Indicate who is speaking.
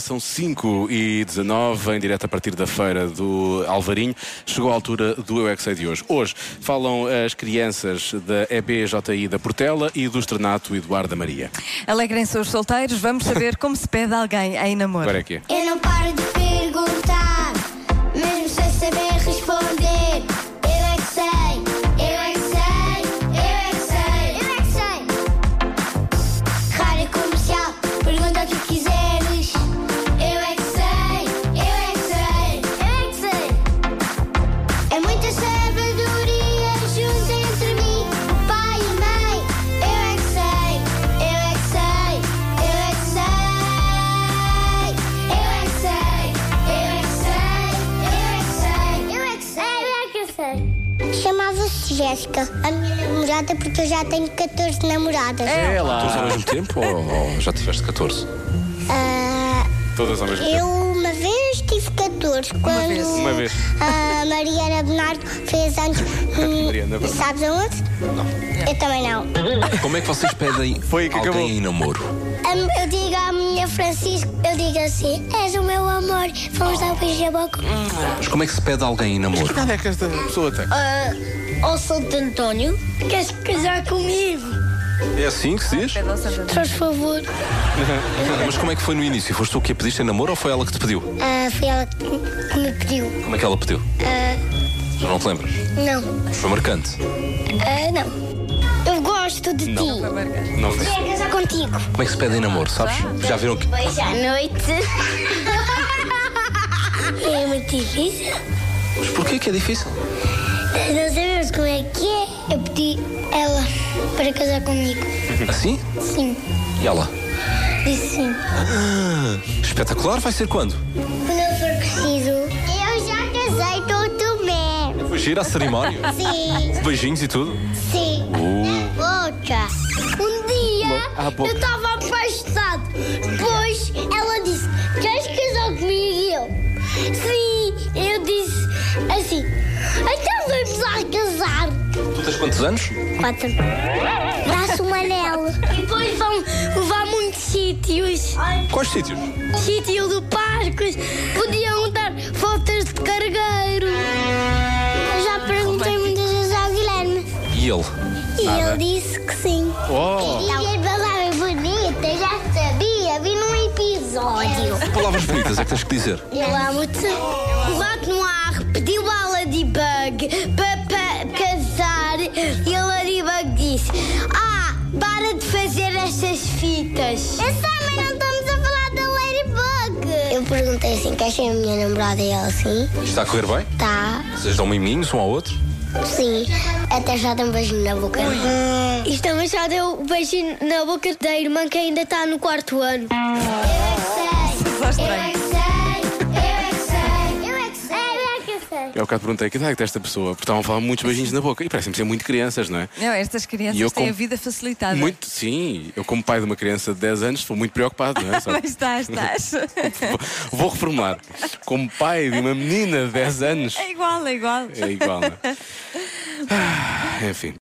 Speaker 1: São 5 e 19 em direto a partir da feira do Alvarinho. Chegou a altura do Eu é que Sei de hoje. Hoje falam as crianças da EBJI da Portela e do Estrenato Eduardo da Maria.
Speaker 2: Alegrem-se os solteiros, vamos saber como se pede alguém em namoro.
Speaker 1: Agora é que é.
Speaker 3: Eu não paro de perguntar, mesmo sem saber responder. Eu é que sei, eu é que sei, eu é que sei, eu é que sei. Rádio comercial, pergunta o que quiseres. Eu é que sei, eu é que sei, eu é que sei. É muita sabedoria junto entre mim, o pai e a mãe. Eu é que sei, eu é que sei, eu é que sei. Eu é que sei, eu é que sei, eu é que sei. Eu é que sei, eu é que sei. Chamava-se Jéssica, a minha namorada, porque eu já tenho 14 namoradas.
Speaker 4: Todos ao mesmo um tempo ou, ou já tiveste 14?
Speaker 1: Todas ao mesmo tempo.
Speaker 3: Ah, Eu uma vez tive 14 quando
Speaker 2: vez.
Speaker 1: Uma vez.
Speaker 3: a Mariana Bernardo fez anos. hum,
Speaker 1: Mariana Bernardo.
Speaker 3: Sabes aonde? Não. Eu também não.
Speaker 4: Como é que vocês pedem
Speaker 1: Foi que
Speaker 4: alguém
Speaker 1: acabou.
Speaker 4: em namoro?
Speaker 3: Hum, Eu digo à minha Francisco, eu digo assim, és o meu amor, vamos dar um beijo a boca.
Speaker 4: Mas como é que se pede alguém em namoro?
Speaker 1: Onde é que esta pessoa tem?
Speaker 3: Ó Santo António, queres casar comigo?
Speaker 4: É assim que se diz?
Speaker 2: Pede ao Santo Antônio.
Speaker 3: Por favor.
Speaker 4: Mas como é que foi no início? Foste tu que a pediste em namoro ou foi ela que te pediu?
Speaker 3: Ah, foi ela que que me pediu. Ah,
Speaker 4: Como é que ela pediu? Já não te lembras?
Speaker 3: Não.
Speaker 4: Foi marcante.
Speaker 3: Ah, não. Eu gosto de ti.
Speaker 1: Não foi.
Speaker 3: Quero casar contigo.
Speaker 4: Como é que se pede em namoro, sabes? Já viram que.
Speaker 3: Hoje à noite. É muito difícil.
Speaker 4: Mas porquê que é difícil?
Speaker 3: Não sabemos como é que é. Eu pedi ela para casar comigo.
Speaker 4: Assim?
Speaker 3: Sim,
Speaker 4: E ela?
Speaker 3: disse sim.
Speaker 4: Espetacular, vai ser quando?
Speaker 3: Quando eu for crescido. Eu já casei com o Tomé.
Speaker 4: Foi gira a cerimónia?
Speaker 3: Sim,
Speaker 4: Beijinhos e tudo?
Speaker 3: sim. Na boca. Um dia
Speaker 1: à boca.
Speaker 3: eu estava apaixonado. Depois ela disse: Queres casar comigo? E eu: Sim. Eu disse assim: Então vamos lá casar.
Speaker 4: Tu tens quantos anos?
Speaker 3: Quatro. Dá-se um anel. E depois vão levar muitos sítios.
Speaker 4: Quais sítios?
Speaker 3: Sítio do Pascos. Podiam dar voltas de cargueiro. é Eu já perguntei muitas vezes ao Guilherme.
Speaker 4: E ele?
Speaker 3: E ele disse que sim.
Speaker 1: Oh.
Speaker 3: E a palavra bonita, já sabia. Vi num episódio.
Speaker 4: Palavras bonitas é que tens que dizer.
Speaker 3: Eu amo-te. O gato no ar pediu a Ladybug para casar e a Ladybug disse: Ah, para de fazer estas fitas. Eu sei, mas não estamos a falar da Ladybug. Eu perguntei assim: Queres ser a minha namorada? E ela assim:
Speaker 4: Está a correr bem?
Speaker 3: Tá,
Speaker 4: Vocês dão miminhos um ao outro?
Speaker 3: sim. Até já deu um beijinho na boca. E também já deu um beijinho na boca da irmã que ainda está no quarto ano. é
Speaker 2: Só estranho.
Speaker 1: Eu há bocado perguntei que idade é que tem esta pessoa, porque estavam a falar muitos beijinhos na boca e parecem-me ser muito crianças, não é?
Speaker 2: Não, estas
Speaker 1: E eu
Speaker 2: crianças têm
Speaker 1: com-
Speaker 2: a vida facilitada.
Speaker 1: Muito, sim. Eu, como pai de uma criança de 10 anos, estou muito preocupado, não é? Sabe?
Speaker 2: Mas estás, estás.
Speaker 1: Vou reformular. Como pai de uma menina de 10 anos,
Speaker 2: É igual, é igual.
Speaker 1: é igual, não é? Ah, Enfim.